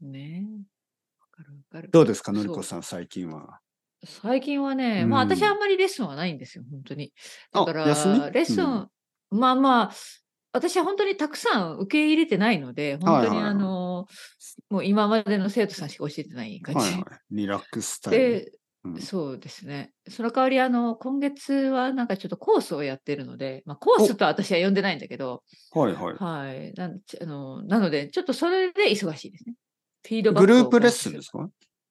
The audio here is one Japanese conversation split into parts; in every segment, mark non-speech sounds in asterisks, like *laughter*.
ね。わかるわかる。どうですか、のりそこう。さん、最近は。最近はうね、まあ私はあん。んまりレッスンはないんですよ、ほんとに。だかあ、休みら、レッうスん。ン、まあまあ、私はほんとにたくさん受け入れてないので、ほんはいとはいにあはい。の、もう今までの生徒さんしか教えてない感はいはじ。い。リラックスタイル。で、うん。そうですね。その代わりあの、今月はなんかちょっとコースをやってるので、ま、コースお。とは私は呼んでないんだけど、はいはい。はい、なんちあの、なので、ちょっとそれで忙しいですね。フィードバグッルクーをプこレッうスンすでする。か？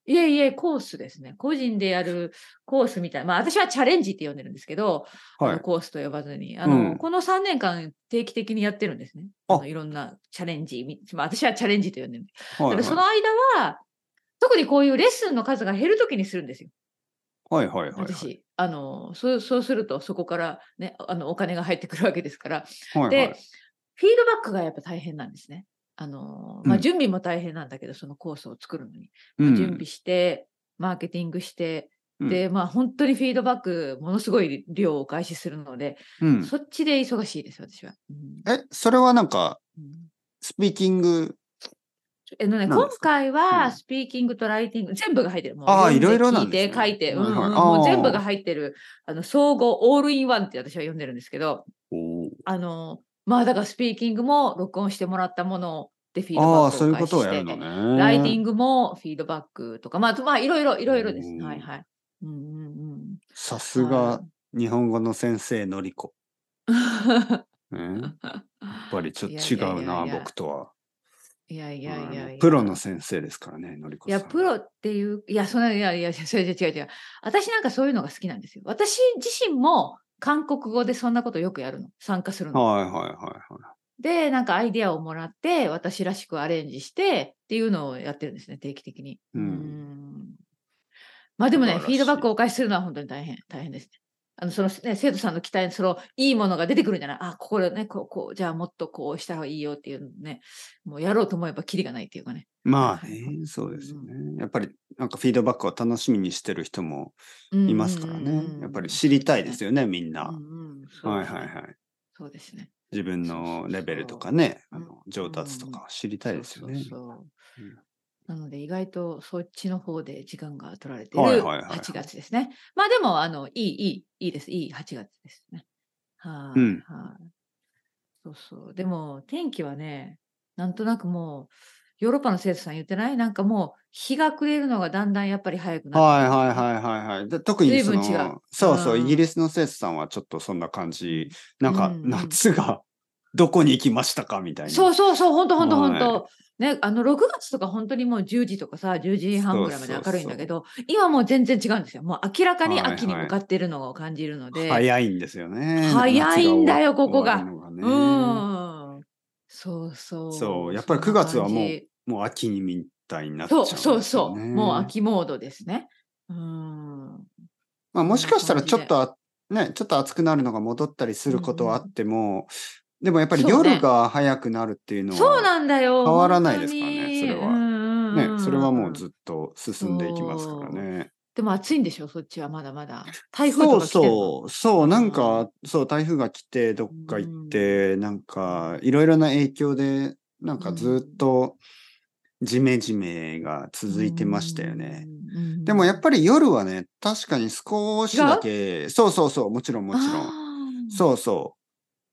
いえいえ、コースですね。個人でやるコースみたいまあ、私はチャレンジって呼んでるんですけど、あはのい。コースと呼ばずに、あうの、ん。この3年間定期的にやってるんですね。あの、あ。いろんなチャレンジみま、私はチャレンジと呼んでる。はだいからそはのい。間は、特にこういうレッスンの数が減る時にするんですよ。はいはいはいはい。私、あの、そうそうするとそこからね、あの、お金が入ってくるわけですから。はいはで、い。フィードバックがやっぱ大変なんですね。あの、うま、ん。準備も大変なんだけど、そのコースを作るのに。うま、準備ん。して、マーケティングして、うん。で、まあ、ほんとにフィードバックものすごい量をお返しするので、うん。そっちで忙しいです、私は。うん。え、それはなんか、うん。スピーキングえのね、なん今ですか？回うはん。スピーキングとライティング、全部が入ってる。もうああ、読いんろいでろ聞ないんですてね。書いて、うはいはんい。うん、もう全部がああ。入ってる、あの、総合オールインワンって私は呼んでるんですけど、おお。あの、まあ、だからスピーキングも録音してもらったものでフィードバッああ、クをそおういう返こしとをしやるのて、ライティね。ングもフィードバックとか、まあ、まあ、いろいろいろいろです。はいおお。はい。うんうんうん。さすはが、い。日本語の先生のりこ。ね。やっぱりちょっいやと違いやいうやない僕や。とは。いやいやいあやの、いプロのや。先生ですからね、のりこいや、さんプは。ロっていう、いや、そんな、いやいや、それじゃ違う違う。私なんかそういうのが好きなんですよ。私自身も韓国語でそんなことよくやるの、参加するの。はいはいはいはい。で、なんかアイディアをもらって、私らしくアレンジしてっていうのをやってるんですね、定期的に。ううーん。ん。ま、で素もね、晴フらィードバッしクい。をお返しするのはほんとに大変大変ですね。あの、その、ね、生徒さんの期待にそのいいものが出てくるんじゃない、あ、ここでね、こうこう、じゃあもっとこうした方がいいよっていうね、もうやろうと思えばキリがないっていうかね。はいまあはい。ね、そううでんすようん。ね。やっぱりなんかフィードバックを楽しみにしてる人もうんうんいうまんすからね。やっぱうりん、知そうりでたすいでね。すよね、みうんな。んうん、そうはいですはいね。はい。そうですね。自分そうそのうレベルとそかね、う。あうん、の、上うん達うとんうん。か知りたいそでうすそようね。そう。うん。なので、意外とそっちの方で時間が取られていはいるはいはいはちがはい。つですね。ま、でもあの、いいいいいいです。いい8月ですね。うはいん。はい。そうそう。でも天気はね、なんとなくもう、ヨーロッパの生徒さん言ってない？なんかもう日が暮れるのがだんだんやっぱり早くなってきはいてはいね。はいはいはい。で、特に随そ分違う。の、うそうそう、イギん。リスの生徒さんはちょっとそんな感うじ。ん。なうんんかうん。夏がどこに行きましたかみたいな。そうそうそう、ほんとほんとほんはい。と。ね、あの6月とかほんとにもう10時とかさ、10時半そうぐらいまでそう明るいんだけそう。ど、今もう全然違うんですよ。もう明らかにはい秋に向はかい。ってるのを感じるので。早いんですよね。な早夏いがん終だわよ、ここ終わが。るのがうね。ーん。そうそ、そうう、やっぱそりんくながつ感はもじ。う、もう秋にみたいになっそうちゃうんそうですよそう、もうね。秋モードですね。うーん。ま、そもんしなかした感らちじょっで。と、あね、ちょっと暑くなるのが戻ったりすうんうることはあっん。ても、でもやっぱりそう夜ね。が早くなるっていうのそうはなんだよ、変わほらんないとですからね、そに。れうんうは。ね、それんうはんもううん。ずっと進んでいきますからそう。ね。でも暑いんでしょ、そっちはまだまだ。台風とそうか来てるの？そう、そう、なんああ。か、そう、台風が来てどうっーか行っん。て、なんうかん。いろいろな影響で、なんうかずっん。とジメジメうがー続いてましたよね。ん、うでもやっん。ぱり夜はね、確かに少違しだう？けそうそうそう、もちろんもちろん。ああ。そうそう。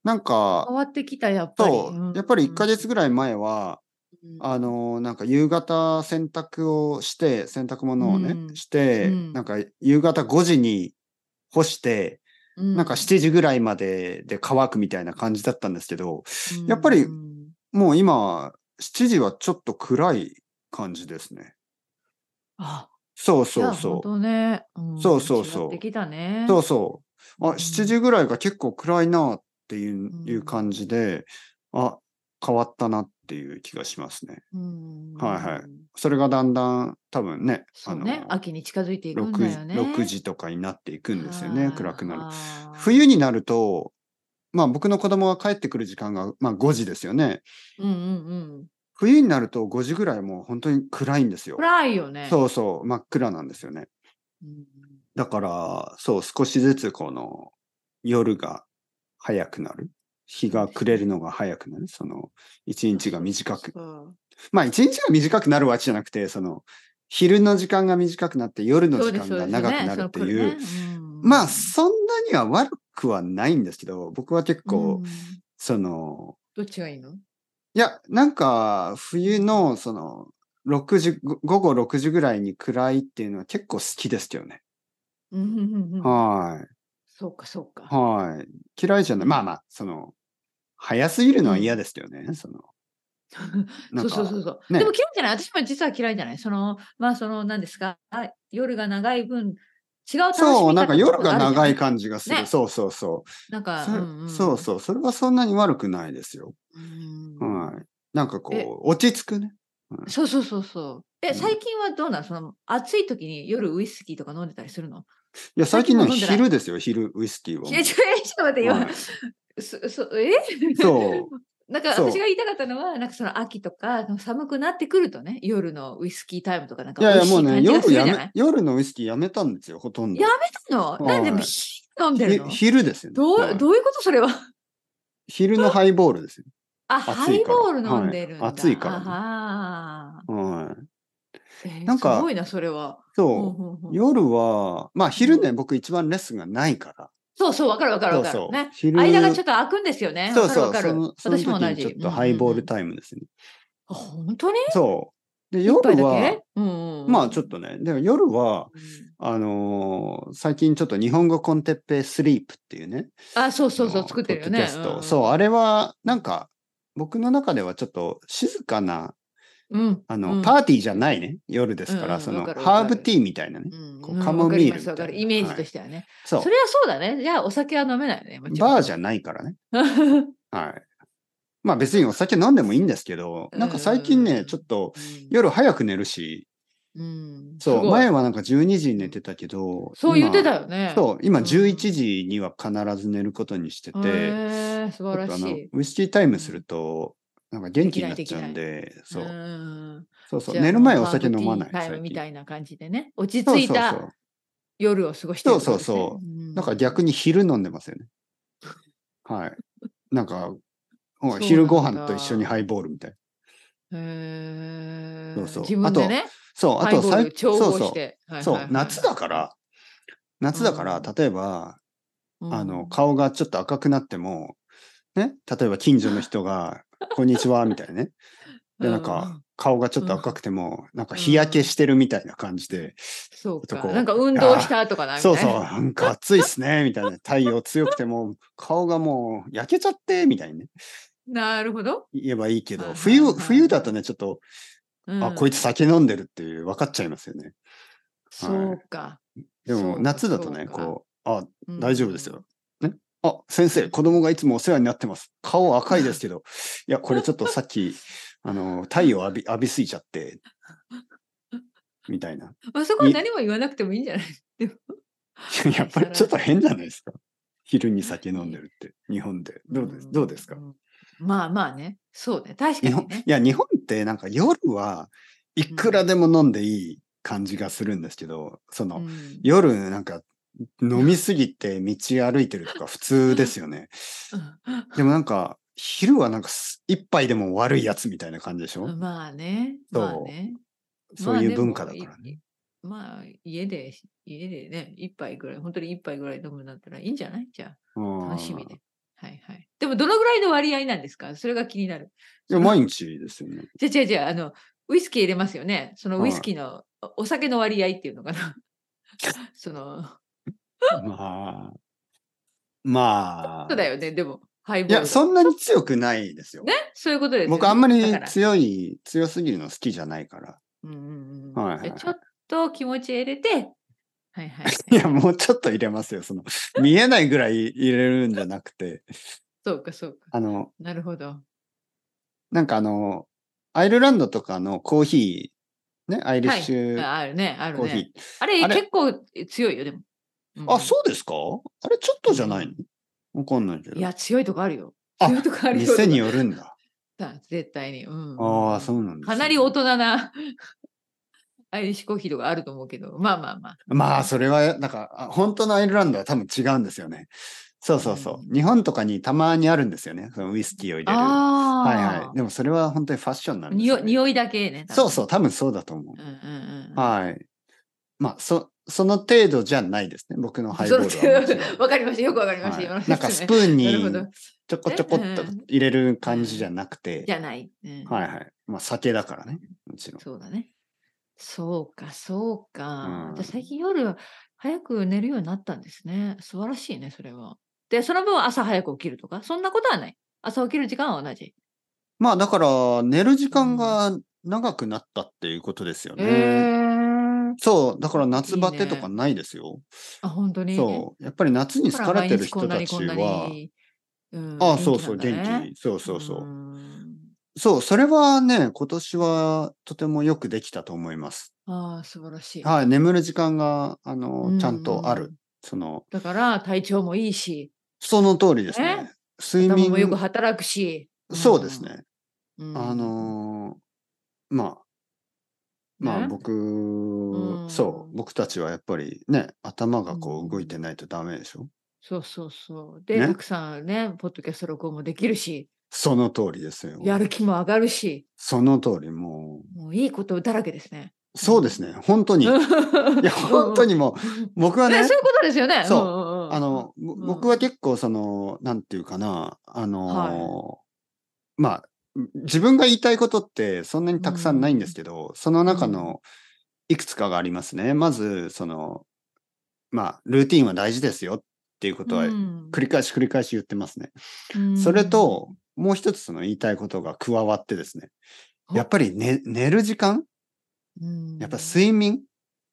なんか変わってきた、やっぱり。うそう、んやっぱりう1ヶ月ん。ぐらい前は、うあん。の、なんか夕方洗濯をして、洗濯う物をね、ん。しうて、なんん。か夕方5時に干して、うなんかしん。ちじぐらいまでで乾くみたいな感じだったんですけど、うやっぱりん。もう今7時はちょっと暗い感じですね。あ、そうじそゃうあほんそう。とね、う、そうんそ違うってそう。きたそうね。そう。あ、うしちじん。ぐらいが結構暗いなっていうう。いうん感じで、あ、変わったなっていう気がしますね。うーはいはい。ん。それがだんだん多分ね、あそうね、の、秋に近づいていろくんくだじよろくね。じとかになっていくんですよね、暗くなる。は冬あ。になると、ま、僕の子供が帰ってくる時間が、ま、5時ですよね。うんうんうん。冬になると5時ぐらいもうほんとに暗いんですよ。暗いよね。そうそう、真っ暗なんですよね。うん。だから、そう、少しずつこの、夜が早くなる。日が暮れるのが早くなる。その、一日が短く。そうまあ、一日が短くなるわけじゃなくて、その、昼の時間が短くなって、夜のそう時です間そうがです長くねなそるっのて来いう、ねうんまあ、そんなには悪くはないんですけど、僕は結構、うんその、どっちがいいのいや、なんか、冬の、その、6時、ご午後6時ぐらいに暗いっていうのは結構好きですけどね。うんうんうんうんはい。そうかそうか。はい。嫌いじゃない。まあまあ、その、早すぎるのは嫌ですけどね。*laughs* その、なんそうかそうそうそう。ねでも嫌いじゃない私も実は嫌いじゃないその、まあその、何ですかあ夜が長い分、違う楽しみ方そう、なんか夜が長いか。感じがする。ねそうそうそうなんか、そうんんそうそう。それはそんなに悪くないですよ。うんはい。なんかえこう、落ち着くね。そうそうそうそう。うえ、ん最近はどうなのその暑い時に夜ウイスキーとか飲んでたりするのいや、最近の最近も飲んでな昼ですよ、昼、ウイスキーはもう。いや、ちょえちょっと待ってよ。はいそそえそう。 *laughs* なんかそう私が言いたかったのは、なんかその秋とか寒くなってくるとね、夜のウイスキータイムとかなんかい美やいや、味しもうい感ね、じがす夜るじゃやないめ、夜のウイスキーやめたんですよ、ほとんど。やめたのはいなんでも昼飲んでるのひ昼ですよ、ねどはういどういうことそれは昼のハイボールですよ。あ、からハイボール飲んでるんだ。はい暑いからねあはい。ーえーなんかすごいな、それは。ほうそう。ほうほう夜は、まあ昼ね、僕一番レッスンがないから。そうそう、わかるわかるわかる。ね。昼間がちょっと空くんですよね。そうそう、わかるそわのかそるの私も時同にじ。ちょっとハイボールイタイムですね。ム。本当にそう。で、一夜杯だけは、うんうん、まあちょっと。とね、でも夜は、あのー最近ちょっと日本語コンテッペスリープっていうね。あ、そうそうそあう、の作ってるよポッねド。キャスうトんうんそう、あれは、なんか、僕の中ではちょっと静かなうん。あの、うんパーティーじゃないね、夜ですかうんうら、んそのわかるわかハるーブティーみたいなね。うんこううんカモミールみたいわなかりますわかるイメージとしてはね。そうそ。れはそうだね。じゃあ、お酒は飲めないね。もちろんバーじゃないからね。うんはい。まあ別にお酒飲んでもいいんですけど、なんか最近うんうんうね、んちょっと夜早く寝るし、うん。すそごう、い前はなんか12時に寝てたけど、そう言ってたよ、よね。そう、今うん11時には必ず寝ることにしてて、へー素晴らちょっしとあのい。ウイスキータイムすると、なんか元気になっちゃうんで、そうう、んそうそう、じゃあ寝る前もうお酒飲まなハーい。ブティータイム最み近たいな感じでね、落ちそう着いそうそたう。夜を過ごしてるってことですね、そうそうそうんなんか逆に昼飲んでますよね。はい。なんか、ほらそう昼ごな飯んとだ一緒にハイボールみたいな。へーそうそう自分でね、そう、あハイとボー最ル調そう合そして。はう。いそはいうは、い夏だから、夏だから、うん例えば、うんあの、顔がちょっと赤くなっても、ね、例えば近所の人が、 *laughs* こんにちは、みたいなね。で、なんうかん、顔がちょっと赤くても、なんか日焼けしてるみたいな感じで、そうちょっかとこうなんか運動したとかなみたいそうなそう、なんか暑いっすね、みたいな。太陽強くても、顔がもう焼けちゃって、みたいにね。なるほど、言えばいいけはいど、はい冬、はい冬だとね、ちょっと、うんあ、こいつ酒飲んでるっていう分かっちゃいますよね。そうかでそうもか夏だとそね、うかこう、あ、うん大丈夫ですよ。ね。あ、先生、子供がいつもお世話になってます。顔赤いですけど、いや、これちょっとさっ *laughs* き、あの、太陽浴び、浴びすぎちゃって、みた *laughs* いな。まあ、そこは何も言わなくてもいいんじゃないやっぱりちょっと変じゃないですか。昼に酒飲んでるって、日本で。どうです、どうですか、んまあまあねそうね確か日に本、ねいや、日本ってなんか夜はいくらでも飲んでいい感じがするんですけど、その、うん夜なんか飲みすぎて道歩いてるとか普通ですよね。でもなんか昼はなんかす一杯でも悪いやつみたいな感じでしょ、うんまあねそうまあねそういう文化だからまあね。でもいまあ家で家でね一杯ぐらい本当に一杯ぐらい飲むんだったらいいんじゃないじゃあうん楽しみで。はいはいでもどのぐらいの割合なんですかそれが気になるいや毎日ですよね。じゃあじゃあじゃああのウイスキー入れますよねそのはウいイスキーの、おお酒の割合っていうのかな *laughs* そのまあ。まそうだあ。よねでもハイボーいルや、そんなに強くないですよ。ねそういうことですよね僕あんまりだから強い、強すぎるの好きじゃないから。うんうんうんはいはいはいじゃあちょっと気持ち入れて、はいはい。いや、 *laughs* もうちょっと入れますよ。その、見えないぐらい入れるんじゃなくて、 *laughs* そうかそうか。あの、なるほど。なんかあの、アイルランドとかのコーヒー、ね、アイリッシはい、ュああるね、あるコーヒー。ね。あれあれ結構強いよ、でも。うんあ、そうですかあれちょっとじゃないのわかんないけど。いや、強いとこあるよ。あ強いとこあるよ。店によるんだ。だ絶対に。うん、ああ、そううなんです、かなり大。人な *laughs* アイリッシュコーヒーとかあると思うけど、まあまあまあ。まあ、それは、なんか、あ本当のアイルランドは多分違うんですよね。そうそうそう。日本とかにたまにあるんですよね。そのウイスキーを入れる。はああ。いはい。でもそれは本当にファッションなんです匂よ、いね。匂いだけね。。そうそうう、多分そうだと思う。うんうんうん。はい。まあ、そ、その程度じゃないですね。僕のハイボールそのはもちろん。 *laughs* わかりました。よくわかりました。今はのい、なんかス説プ明ーンなるほどにちょこちょこっえとうん入れる感じじゃなくてじ、ゃない。うんはいはい。まあ酒だからね、もちろん。そうだね。そうか、そうか。うんじゃあ最近夜早く寝るようになったんですね。素晴らしいね、それは。で、その分朝早く起きるとか、そんなことはない。朝起きる時間は同じ。まあだから寝る時間が長くなったっていうことですよね。ー、そう、だから夏バテとかないですよ。あ、本当に。そう、やっぱり夏にだから好かれてる毎日こ人んなたにちこんなは、にうんああ、そうそう、元気な元んだね気。そうそうそう。んそう、それはね、今年はとてもよくできたと思います。ああ、素晴らしい。はい、眠る時間が、あの、ちゃんとあううる。その、だから体調もいいし、その通りですね。睡頭眠もよく働くし。そうですね。うん。うんあ、のーまあ、まねあ僕、んそう、僕たちはやっぱりね、頭がこうんう動いてないとダメでしょ。そうそうそう。で、ねたくさんね、ポッドキャスト録音もできるし、その通りですよ。やる気も上がるし、その通り、ももういいことだらけですね。う、そうですね、本当に。*laughs* いや、本当に。にもう、僕はね、ねそうい、うことですよね。そうんんんあ、の、ぼうん僕は結構その、なんていうかな、あのー、まあ、自分が言いたいことってそんなにたくさんないんですけど、その中のいくつかがありますね。まず、その、まあ、ルーティンは大事ですよっていうことはうん繰り返し繰り返し言ってますね。うんそれと、もう一つその言いたいことが加わってですね。おやっぱり、ね、寝る時間うんやっぱ睡眠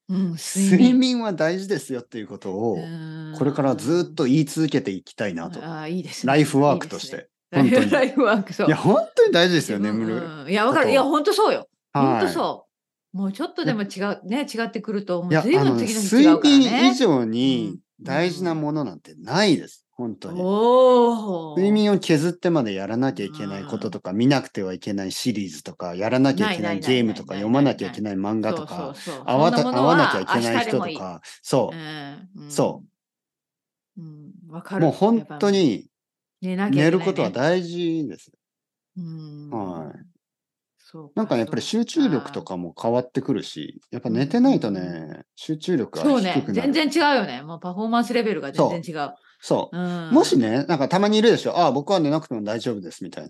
うん、睡睡眠眠は大事ですよっていうことを、うんこれからずっと言い続けていきたいなと。ああ、いいですね。ライフワークとしいいて。ですね。本当にライフワーク、そう。いや、本当に大事ですよ、自分眠る。うんいや、わかことる。をいや、本当そうよ。本当はそう。もうちょっとでも違う、ね、違ってくると、もい。いうや、随あの分ね、次の日違睡うからね。眠以上に大事なものなんてないです。本当に。おお。睡眠を削ってまでやらなきゃいけないこととか、見なくてはいけないシリーズとか、やらなきゃいけななないいいないゲームとなか、いない読まなきゃいけない漫画とか、そうそうそう会わたそんも会のわはなきゃいけない人明日でもいといか、そうんうんそうんわかう。るもう本当にやっぱ寝ることは事、大事です。うんはいそうなんかやっぱり集中力とかも変わってくるし、やっぱ寝てないとうんね、集中力そうがかそう低ねくなる。全然違うよねもうパフォーマンスレベルが全然違うそう。う、ん、もし、ね、なんかたまにいるでしょ。ああ、僕は寝なくても大丈夫ですみたいな。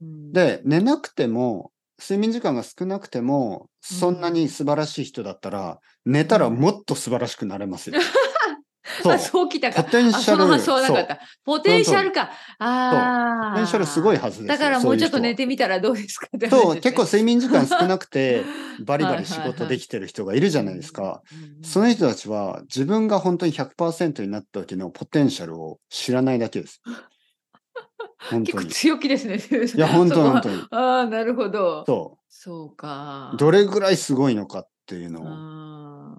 うん、で、寝なくても、睡眠時間が少なくても、そんなに素晴らしい人だったら、寝たらもっと素晴らしくなれますよ。そ *laughs* うあ。そうきたポかテンあシそャのル、発想そはうなかったポテンシャルかああポテンシャルすごいはずですよ。だからもうちょっと寝ててみたらどうですかって話そう、ですね結構睡眠時間少なくて、バリバはいはリい仕はい事できてる人がいるじゃないですか。うんうんうんその人たちは自分が本当に100%になった時のポテンシャルを知らないだ *laughs* けです。本結当構に。い強気ですね *laughs* いや、本当本当に。ああなるほどそう。そうか。どれぐらいすごいのかっていうのをあ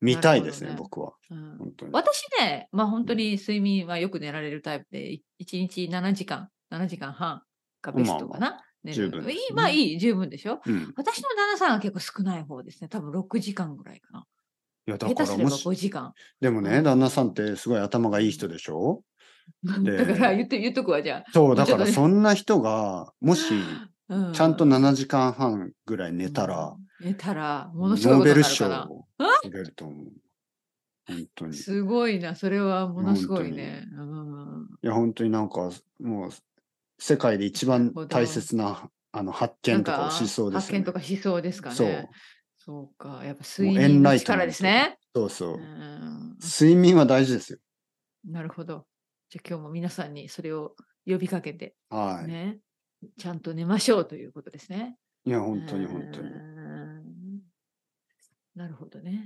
見たいですね、なるほ僕は。ーうん本当に。私ね、まあ本当に睡眠はよく寝られるタイプで、い1日7時間、7時間半がベストかな。寝る十分いいですねまあいい、十分でしょ。うん、私の旦那さんは結構少ない方ですね。多分6時間ぐらいかな。いや、だ下か手らすればもし5、時間。でもうね、ん旦那さんってすごい頭がいい人でしょ *laughs* でだから言って言っとくわ、じゃそう、うちょだっとかねらそんな人が、もし、あ。うちゃんと7時間半ぐらい寝たうら、ん寝たら、ものノすごいことーベにルなるか賞ら。を取れると思う。本当に。いすごいな、それはものすごい本当にね。うんや、本当になんか、もう、世界で一番大切な、あの、発見とかをしそうで発すよ見ねと。かしそうですかね。そう。そうか、やっぱも睡うエン眠ラのイトメン力トですね。そうそうう。ん、睡眠は大事ですよ。なるほど。じゃあ今日も皆さんにそれを呼びかけて、はい。ね、ちゃんと寝ましょうということですね。いや、本当に本当にう。ん。なるほどね。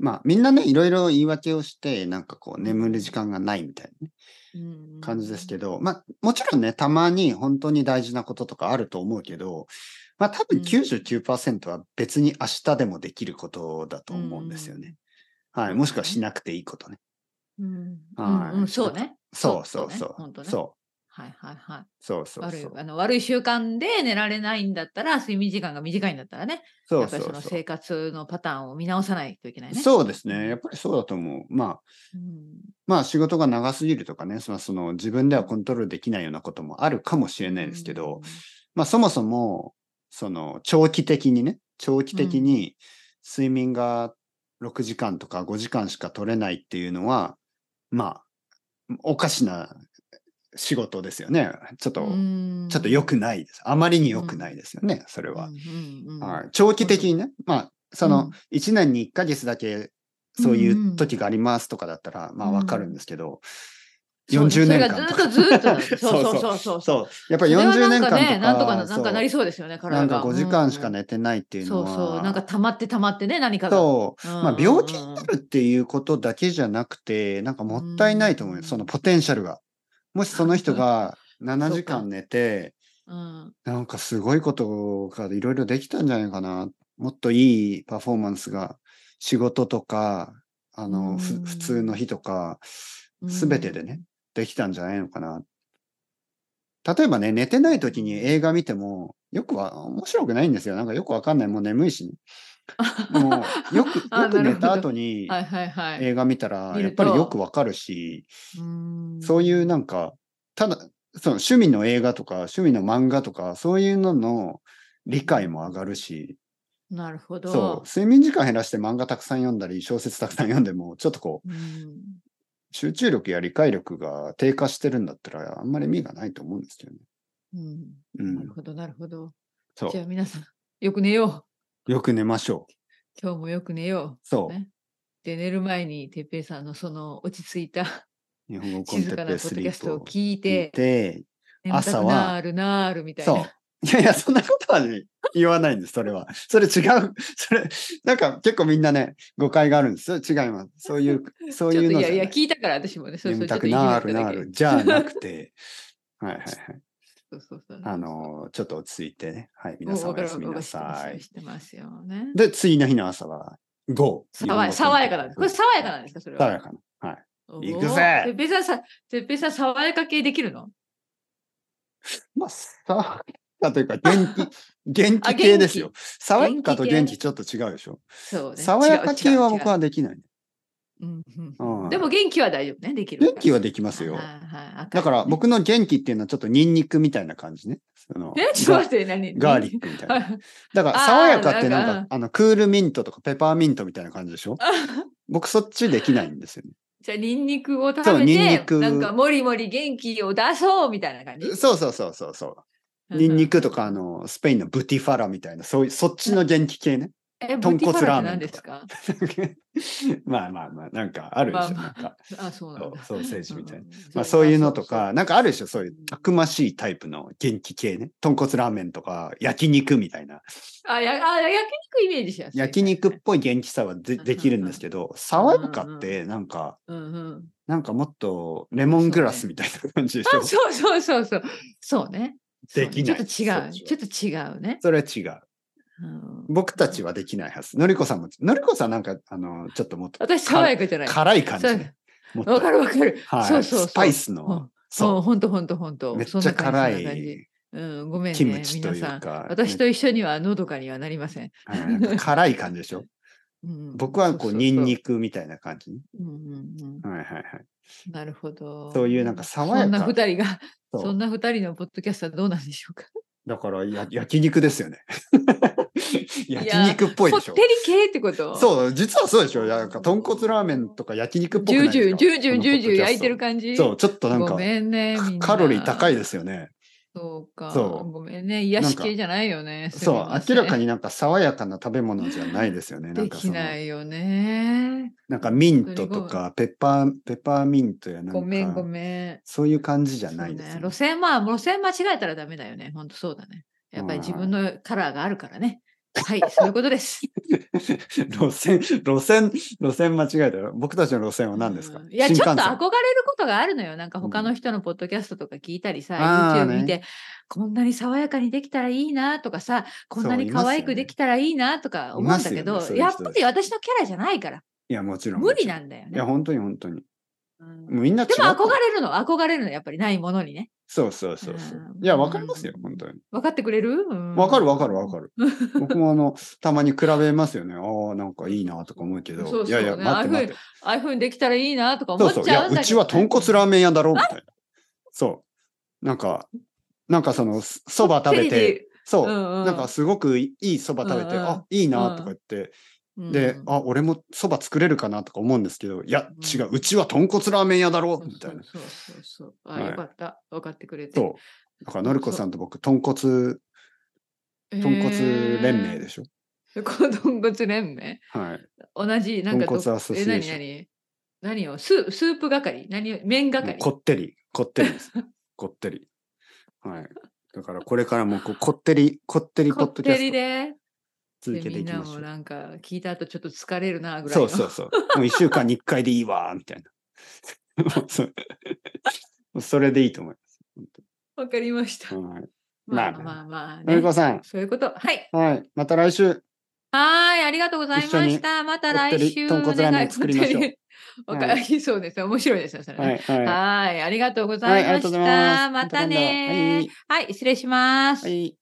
まあ、みんなね、いろいろ言い訳をして、なんかこう、眠る時間がないみたいなねうん感じですけど、まあ、もちろんね、たまに本当に大事なこととかあると思うけど、まあ、多分うん99%は別に明日でもできることだと思うんですよね。はい。もしくはしなくていいことね。うん。はいうんうんそうね。そうそうそう。本当ね。そはいはいはい。そうそう悪いそう。あの悪い習慣で寝られないんだったら、睡眠時間が短いんだったらね、そやうっぱそりそうのそう生。活のパターンを見直さないといけないね。う。そうですね。やっぱりそうだと思う。まあ、ん、まあ仕事が長すぎるとかね、そのその自分ではコントロールできないようなこともあるかもしれないですけど、まあそもそも、その長期的にね、長期的に睡眠が6時間とか5時間しか取れないっていうのは、まあ、おかしな仕事ですよね。ちょっと、うん、ちょっと良くないです。あまりに良くないですよね、それは。うんうんうんはい、長期的にね、まあ、そのうん1年に1ヶ月だけそういう時がありますとかだったら、まあわかるんですけど、40年間そとうか。ねそれがずっとずっと *laughs* そうそそううそうそうそう。やっぱり40年間とか。それはなんかね、なんとかなそうなんかなりそうですよね、な体んが。か5時間しかね寝てないっていうそのうは。そう、なんか溜まって溜まってね、何かが。そう。うんまあ病気になるっていうことだけじゃなくて、なんかもったいないと思うよ。うんそのポテンシャルが。もしその人が7時間寝て、うんなんかすごいことがいろいろできたんじゃないかな。もっといいパフォーマンスが仕事とか、あの、ふうん普通の日とか、うんすべてでね、できたんじゃないのかな。例えばね、寝てない時に映画見ても、よくは面白くないんですよ。なんかよくわかんない。もう眠いし、ね。 *laughs* もうよくあよくなる寝たほど後にはいはいはい。映画見たら見やっるぱとりよくわかるし、うんそういうなんかただその趣味の映画とか趣味の漫画とかそういうのの理解も上がるし、なるほど。そう睡眠時間減らして漫画たくさん読んだり小説たくさん読んでもちょっとこううん集中力や理解力が低下してるんだったらあんまり意味がないと思うんですよね。うんうなるん、ほど、なるほど。そじゃあ皆さん、よく寝よう。うよく寝ましょう。今日もよく寝よ。そうう。ね、で、寝る前に、てっぺいさんのその落ち着いた日本語コンテ静かなッポペッスドキリャスープトをを聞聞いいて、て、眠た朝くはなるなるみたいそうな。。いやいや、そんなことはね言わないんです、それは。それ違う。それ、なんか結構みんなね、誤解があるんですよ。違います。そ *laughs* ういう、そうちょいっうとのいじやゃないい。や、聞いたから私もね、そうそう、眠ちょたっとくいじめたなるだなける。。じゃなく *laughs* て、はいはいはい。そうそうそう。あのー、ちょっと落ち着いてね。はい、お、皆わさんおかやるすわみかなる。知ってますさよい知。ってますよね。で、次の日の朝は、GO! 爽や爽やかなんです。これ爽爽やかなんですか、それは。やかな。はい。行くぜてっぺいさんさ、てっぺいさん、爽やか系できるのまあ、爽やかというか、元気、 *laughs* 元あ気系元ですよ。爽やかと元気系元気ちょっと違うでしょ。そうね。爽やか違う違系うは違う僕はできない。うんうんううんんでも元気は大丈夫ね、できる。元気はできますよはいはいだから、僕の元気っていうのはちょっとニンニクみたいな感じね。そ明のるいねえ、 *laughs* ちょっと待って、何ガガーリックみたいな。ク。だか *laughs* らあー爽やかってなんなかんかあのクールミントとかペパーミントみたいな感じでしょ僕そっちできないんですよじゃあ、ニンニクを食そうべニンニて、クなんか、もりもり元気を出そうみたいな感じね。。そうそうそうそうそう。ニンニクとかあのスペインのブティファラみたいなそういうそっちの元気系ね。 *laughs* え、豚豚骨骨ラーラーメメンンとでかすかまあまあまあなんかあるでしょ。まあまなあんかあ、そうなんだ。そうソーセージみたいなうん。まあそういうのと、まあかなんかあるでしょそういうたくましいタイプの元気系ね。豚骨ラーメンとか焼肉みたいな。そうあやあ、焼肉イメージしやすい。焼肉っぽい元気さはでできるんですけど、爽やかってなんか、うんうん。なんかもっとレモングラスみたいな感じでしあ、ょ。そうそうそうそう。そうね。できないそうねちょっと違う。そっちちょっと違うね。それは違う。うん僕たちはできないはず。のりこさんも、のりこさんなんか、あの、ちょっともっと私、爽やかじゃない。辛い感じね。もっとわかるわかる。はい。そうそうそうスパイスうのん、そう、そほんとほんとほんと。う、めっそんちゃな感じそん辛。な感じいうん、ごめんね。キムチと皆いうさん。か、私ねと一緒にはのどかにはなりません。はいなんか辛い感じでしょ。うん僕はこう、そニンそニクみたいな感じね。そうんうんうんはいはいはい。なるほど。そういうなんか爽やかそんな二人が、そそんう。な二人のポッドキャストはどうなんでしょうか。だからや、焼肉ですよね。焼や肉っぽいこっでしてょ。り系ってことう。そう、実はそうでしょ。なんか、豚骨ラーメンとか焼肉っぽくジなュいージでュすー、かジュージュー、ジュージューこのポッドキャスト焼いてる感じ。そう、ちょっとなんごか、めんね。みんなカロリー高いですよね。そうか。そうごめんね。癒なんしか系じゃないよね。すそみう、ませ明んらかになんか爽やかな食べ物じゃないですよね。なんでかきその、ないよね。なんかミントとか、ペッパー、ペッパーミントやなんか、ごめんごめん。そういう感じじゃないですそうよね。ね。路線は、路線間違えたらダメだよね。本当そうだね。やっぱり自分のカラーがあるからね。はい、そういうことです。路線、路線、路線間違えたら、僕たちの路線は何ですかうんいや、ちょっと新幹憧線れることがあるのよ。なんかうん他の人のポッドキャストとか聞いたりさ、あー YouTube ね見て、こんなに爽やかにできたらいいなとかさ、こんなにそういますよね可愛くできたらいいなとか思うんだけいまど、すよねそういうやっ人ぱり私のキャラじゃないから、いや、もちろん。無理なもんだよちろんいや、ね。本当に本当に。うんみんな違うでも憧れるの、憧れるの、やっぱりないものにね。そうそうそうそう。うんいや、わかりますよ、本当に。分かってくれるわわかるわかるわる。かる。僕もあの、たまに比べますよね。ああ、なんかいいなとか思うけど。そうそういやいや、ね待ってああい待うって。ああいうふうにできたらいいなとかそ思っちうゃそうう。んいだけどね、や、うちは豚骨ラーメン屋だろみたいな。そう。なんか、なんかその、そそば食べテレビて、そう、うんうんなんかすごくいいそば食べて、うんうんあ、いいなとか言って、うんで、あ、俺もそば作れるかなとか思うんですけど、いや、違う、うちは豚骨ラーメン屋だろみたいな。そうそうそうそう。あ、はいよかった。分かってくれて。そう。だから、のりこさんと僕、豚骨、う豚骨連盟でしょ。ょ。この豚骨連盟はい。同じ、なんかど、豚骨アソシエえ、ー何ション何何をスースープ係何を麺も係うこってり、こってり *laughs* です。こってり。はい。だからこれからもこうこってり、こってりポこッっドキャてスりトで。続けでみていんきなましょもう。なんか聞いた後ちょっと疲れるなぐらいその。うそうそう。もう1週間に1回でいいわ、みたい *laughs* な。もうそもうそれでいいと思います。わかりました。本当はい。まあまあまあまあ、のりね。こさん、そういうこと。はい。はい。また来週。はーい。ありがとうございま一緒しにた。またこって来り週豚骨ラーメン作りましょおう願い本当 *laughs* にわかりそうですね。面白いですね。それねはい。はい。はーい、ありがとうごはざい、いあまりがとしうごた。ざいまたます。今度はねいー。はい、失礼しますは。い。